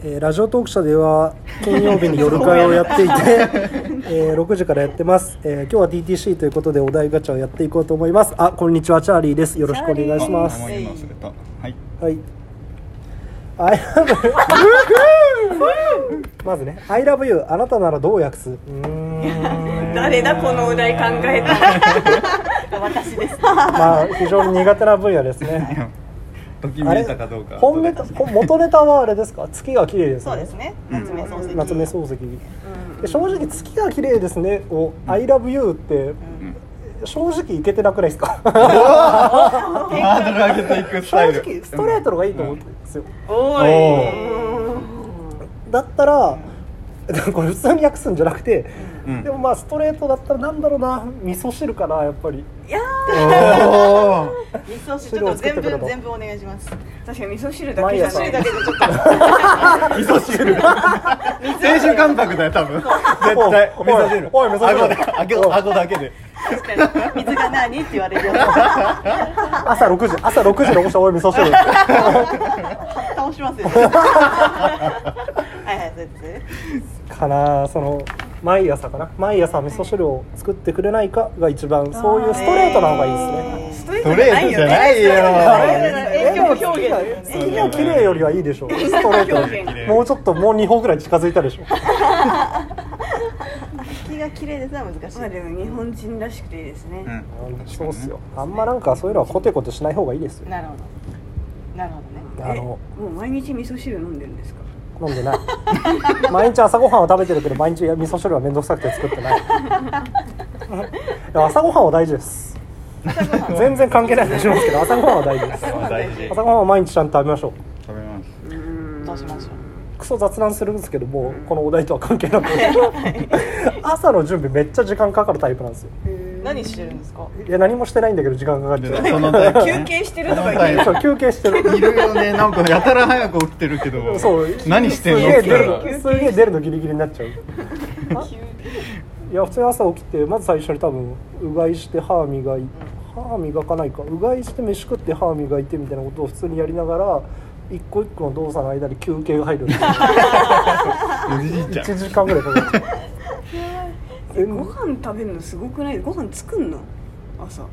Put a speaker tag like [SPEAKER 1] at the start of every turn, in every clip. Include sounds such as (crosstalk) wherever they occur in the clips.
[SPEAKER 1] えーラジオトーク社では金曜日に夜会をやってい
[SPEAKER 2] (laughs)
[SPEAKER 1] て、えー6時からやってます、えー今日は TTC ということでお題ガチャをやっていこうと思いますあこんにちはチャーリーですよろしくお願いします
[SPEAKER 2] あ名前今忘れたはい
[SPEAKER 1] はい。I love you.
[SPEAKER 2] (laughs)
[SPEAKER 1] まずね、I love you あなたならどう訳す？うーん
[SPEAKER 3] 誰だこのお題考えた私です
[SPEAKER 1] まあ非常に苦手な分野です
[SPEAKER 2] (laughs)
[SPEAKER 1] ね。
[SPEAKER 2] とき
[SPEAKER 1] あ
[SPEAKER 2] め
[SPEAKER 1] れ
[SPEAKER 2] いたかどうかは
[SPEAKER 1] 本ネ
[SPEAKER 2] 後
[SPEAKER 1] タ
[SPEAKER 2] で
[SPEAKER 1] ほ元ネタはあれですか？月が綺麗ですね。
[SPEAKER 3] (laughs) そうです。ね夏目漱石
[SPEAKER 1] 夏目漱石。で正直月が綺麗ですねを I love you って
[SPEAKER 2] ん
[SPEAKER 1] 正直いけてなくないですか？
[SPEAKER 2] (laughs) ハードル上げていくスタ
[SPEAKER 1] (laughs) 正
[SPEAKER 2] イル
[SPEAKER 1] 直ストレートの方がいいと思ってるんですよ。
[SPEAKER 3] お
[SPEAKER 2] お
[SPEAKER 1] だったら。 (laughs) これ普通に訳すんじゃなくて、
[SPEAKER 2] うん
[SPEAKER 1] でもまあストレートだったらなんだろうな味噌汁かなやっぱり
[SPEAKER 3] いや
[SPEAKER 1] (laughs)
[SPEAKER 2] おー
[SPEAKER 3] ー味噌汁ちょっと全部全部お願いします確かに味噌汁だけ
[SPEAKER 1] 毎
[SPEAKER 3] じゃ
[SPEAKER 1] 朝
[SPEAKER 3] 汁だけでちょっ
[SPEAKER 2] 味噌汁青春感覚だよ
[SPEAKER 1] (laughs)
[SPEAKER 2] 多分絶対
[SPEAKER 1] おい
[SPEAKER 2] 味噌汁
[SPEAKER 1] おいおい味噌汁
[SPEAKER 2] 汁顎で顎だけで
[SPEAKER 3] と確かに水が何って言われるよ
[SPEAKER 1] (laughs) 朝6時朝6時の起きたおい味噌汁
[SPEAKER 3] 倒しますよはいはいそうです
[SPEAKER 1] かなその毎朝かな毎朝味噌汁を作ってくれないかが一番そういうストレートな方がいいですね
[SPEAKER 3] ねストレートじゃないよ
[SPEAKER 2] ストレートじゃないよ
[SPEAKER 3] ね営業表現ですよね
[SPEAKER 1] 営業綺麗よりはいいでしょうストレ
[SPEAKER 3] 営業
[SPEAKER 1] ー
[SPEAKER 2] 表
[SPEAKER 1] ト
[SPEAKER 2] 現
[SPEAKER 1] もうちょっともう2歩ぐらい近づいたでしょ
[SPEAKER 3] 気が綺麗ですは難しいまあでも日本人らしくていいですね
[SPEAKER 2] うん
[SPEAKER 1] そうっすよあんまなんかそういうのはコテコテしない方がいいですよ
[SPEAKER 3] なるほどなるほどね
[SPEAKER 1] あの
[SPEAKER 3] えもう毎日味噌汁飲んでるんですか
[SPEAKER 1] 飲んでない毎日朝ごはんを食べてるけど毎日味噌汁は面倒くさくて作ってないいや朝ごはんは大事です全然関係ない話しますけど朝ごはんは大事です
[SPEAKER 2] まあ大事
[SPEAKER 1] 朝ごはんは毎日ちゃんと食べましょう
[SPEAKER 2] 食べます
[SPEAKER 3] どうしましょう
[SPEAKER 1] クソ雑談するんですけどもうこのお題とは関係なく朝の準備めっちゃ時間かかるタイプなんですよ
[SPEAKER 3] 何してるんですか
[SPEAKER 1] いや何もしてないんだけど時間かかっちゃう
[SPEAKER 2] そのタイプね
[SPEAKER 3] 休憩してるとか言っ
[SPEAKER 2] そのタイプ
[SPEAKER 1] (laughs) そう休憩
[SPEAKER 2] (laughs)
[SPEAKER 1] してる
[SPEAKER 2] いるよねなんかやたら早く起きてるけど
[SPEAKER 1] そう
[SPEAKER 2] 何してんの
[SPEAKER 1] す
[SPEAKER 2] 起き
[SPEAKER 1] げ
[SPEAKER 2] た
[SPEAKER 1] え出る
[SPEAKER 2] ら
[SPEAKER 1] のすげえ出るのギリギリになっちゃういや普通に朝起きてまず最初に多分うがいして歯磨い歯磨かないかうがいして飯食って歯磨いてみたいなことを普通にやりながら一個一個の動作の間に休憩が入るんですよ
[SPEAKER 2] おじいちゃん
[SPEAKER 1] 1時間ぐらいかかる
[SPEAKER 3] えご飯食べるのすごくないご飯作んの朝
[SPEAKER 1] ま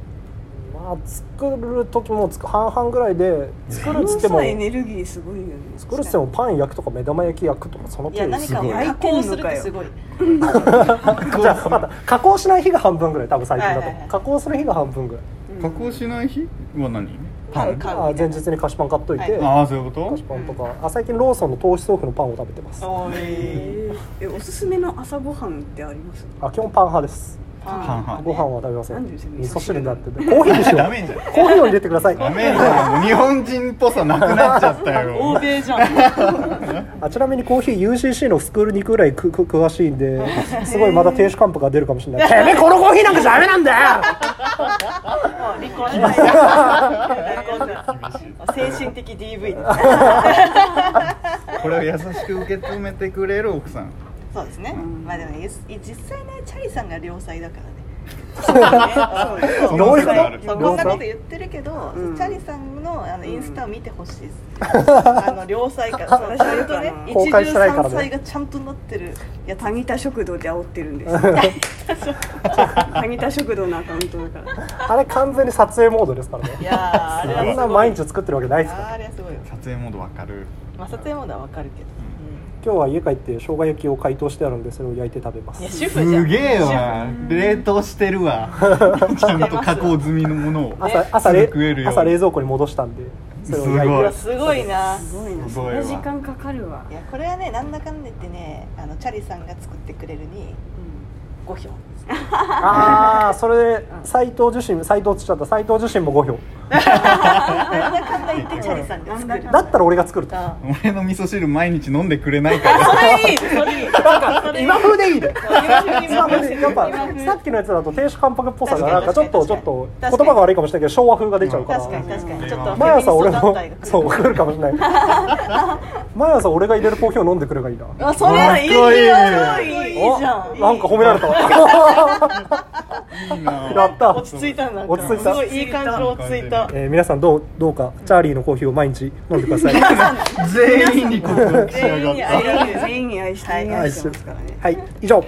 [SPEAKER 1] あ作る時もつく半々ぐらいで作るっつって
[SPEAKER 3] この
[SPEAKER 1] も
[SPEAKER 3] さエネルギーすごいよね
[SPEAKER 1] 作るっつってもパン焼くとか目玉焼き焼くとかその
[SPEAKER 4] いや
[SPEAKER 1] 程度
[SPEAKER 4] 何
[SPEAKER 1] じ
[SPEAKER 4] かを加工するってすごい
[SPEAKER 1] ゃあまた加工しない日が半分ぐらい多分最近だと、
[SPEAKER 4] はいはいはい
[SPEAKER 1] 加工する日が半分ぐらい
[SPEAKER 2] 加工しない日は何パン
[SPEAKER 4] 買う
[SPEAKER 1] あ前日に菓子パン買っといて、
[SPEAKER 4] はい
[SPEAKER 2] ああそういうこ
[SPEAKER 1] 菓子パンとかあ最近ローソンの糖質豆腐のパンを食べてますあ
[SPEAKER 4] おい
[SPEAKER 3] えーえおすすめの朝ごはんってあります
[SPEAKER 1] 基本パン派です
[SPEAKER 4] パ
[SPEAKER 2] ン派
[SPEAKER 1] ご飯は食べません
[SPEAKER 3] なんでですよ
[SPEAKER 1] 味噌汁だってコーヒーにし
[SPEAKER 2] と
[SPEAKER 1] よ
[SPEAKER 2] ダ
[SPEAKER 1] う
[SPEAKER 2] メじゃん
[SPEAKER 1] コーヒーを入れてください
[SPEAKER 2] ダメじゃん日本人っぽさなくなっちゃったよ
[SPEAKER 1] (laughs)
[SPEAKER 4] 欧米じゃん
[SPEAKER 1] あちなみにコーヒー UCC のスクールに行くぐらいくく詳しいん
[SPEAKER 4] (laughs)
[SPEAKER 1] ですごいまだ亭主関白が出るかもしれないてめえこのコーヒーなんかダメなんだよ
[SPEAKER 4] 離婚しない (laughs)
[SPEAKER 3] 精神的 DV です
[SPEAKER 2] これを優しく受け止めてくれる奥さん
[SPEAKER 4] そうですねまあでもいいですい実際ねチャリさんが両妻だからね
[SPEAKER 2] そ
[SPEAKER 1] どういう
[SPEAKER 2] の世界ある
[SPEAKER 1] こ
[SPEAKER 4] そう
[SPEAKER 1] と
[SPEAKER 4] こんなこと
[SPEAKER 1] どういうこ
[SPEAKER 4] 言ってるけど、
[SPEAKER 3] うん
[SPEAKER 4] チャリさんのあのインスタを見てほしいです、あの両妻がそうちゃんとね
[SPEAKER 1] 公
[SPEAKER 4] 一
[SPEAKER 1] 開
[SPEAKER 4] 汁
[SPEAKER 1] してないからね
[SPEAKER 4] 三妻がちゃんとなってるやつ
[SPEAKER 3] タニタ食堂で煽ってるん
[SPEAKER 1] (laughs)
[SPEAKER 3] ですタニタ食堂のアカウントだから
[SPEAKER 1] とあれ完全に撮影モードですから
[SPEAKER 4] い
[SPEAKER 1] ね
[SPEAKER 4] やーあれ
[SPEAKER 1] あ
[SPEAKER 4] は
[SPEAKER 1] んな
[SPEAKER 4] すごい
[SPEAKER 1] 毎日作ってるわけないですから
[SPEAKER 4] あれはすごいよ
[SPEAKER 2] 撮影モードわかる
[SPEAKER 4] まあ撮影モードはわかるけど、
[SPEAKER 1] 今日は家帰って生姜焼きを解凍してあるんでそれを焼いて食べます
[SPEAKER 4] いや主婦じゃ
[SPEAKER 2] す
[SPEAKER 4] ん
[SPEAKER 2] げえわ冷凍してる
[SPEAKER 4] (laughs)
[SPEAKER 2] わちゃんと加工済みのものを
[SPEAKER 1] 朝
[SPEAKER 4] ね
[SPEAKER 1] 朝れ
[SPEAKER 2] すぐ食えるよ
[SPEAKER 1] 朝冷蔵庫に戻したんでそれを焼いて
[SPEAKER 4] うわすごいな
[SPEAKER 3] すごいな
[SPEAKER 2] す
[SPEAKER 3] そ
[SPEAKER 2] ごい
[SPEAKER 3] の
[SPEAKER 2] わ
[SPEAKER 3] 時間かかるわ
[SPEAKER 4] いやこれはねなんだかんだ言ってねあのチャリさんが作ってくれるに5票
[SPEAKER 1] ああそれ斎藤自身斎藤っつっちゃった斎藤自身も5票
[SPEAKER 4] (laughs) なんだかんだ言ってチャリさんが作る
[SPEAKER 1] だったら俺が作ると
[SPEAKER 4] あ
[SPEAKER 2] 俺の味噌汁毎日飲んでくれない
[SPEAKER 4] (laughs)
[SPEAKER 2] から
[SPEAKER 4] それいいそれいい
[SPEAKER 1] (laughs) 今風でいいね今
[SPEAKER 4] 今
[SPEAKER 1] 風でやっぱさっきのやつだと亭主関白っぽさがなんかちょっとちょっと言葉が悪いかもしれないけど昭和風が出ちゃうから
[SPEAKER 4] 確かに確かにちょ
[SPEAKER 1] 毎
[SPEAKER 4] っと
[SPEAKER 1] 朝俺
[SPEAKER 4] も
[SPEAKER 1] (laughs) もそう来るかもしれない毎朝俺が入れるコーヒーを飲んでくればいいな
[SPEAKER 4] あそれはいいよ
[SPEAKER 2] かっこいい
[SPEAKER 4] いいじゃ
[SPEAKER 1] お
[SPEAKER 4] ん
[SPEAKER 1] なんか褒められ (laughs) たわ
[SPEAKER 2] いいな
[SPEAKER 1] やった
[SPEAKER 4] 落ち着いたんだ
[SPEAKER 1] 落ち着いた
[SPEAKER 4] すごいいい感じで落ち着いた
[SPEAKER 1] えー皆さんどうどうかチャーリーのコーヒーを毎日飲んでくだ
[SPEAKER 3] (laughs)
[SPEAKER 1] さい
[SPEAKER 2] 全員に告白しや
[SPEAKER 4] 全員に
[SPEAKER 2] がっ
[SPEAKER 4] 会
[SPEAKER 2] た
[SPEAKER 4] える
[SPEAKER 3] 全員に愛して
[SPEAKER 4] はい
[SPEAKER 3] 愛してますからね
[SPEAKER 1] はい以上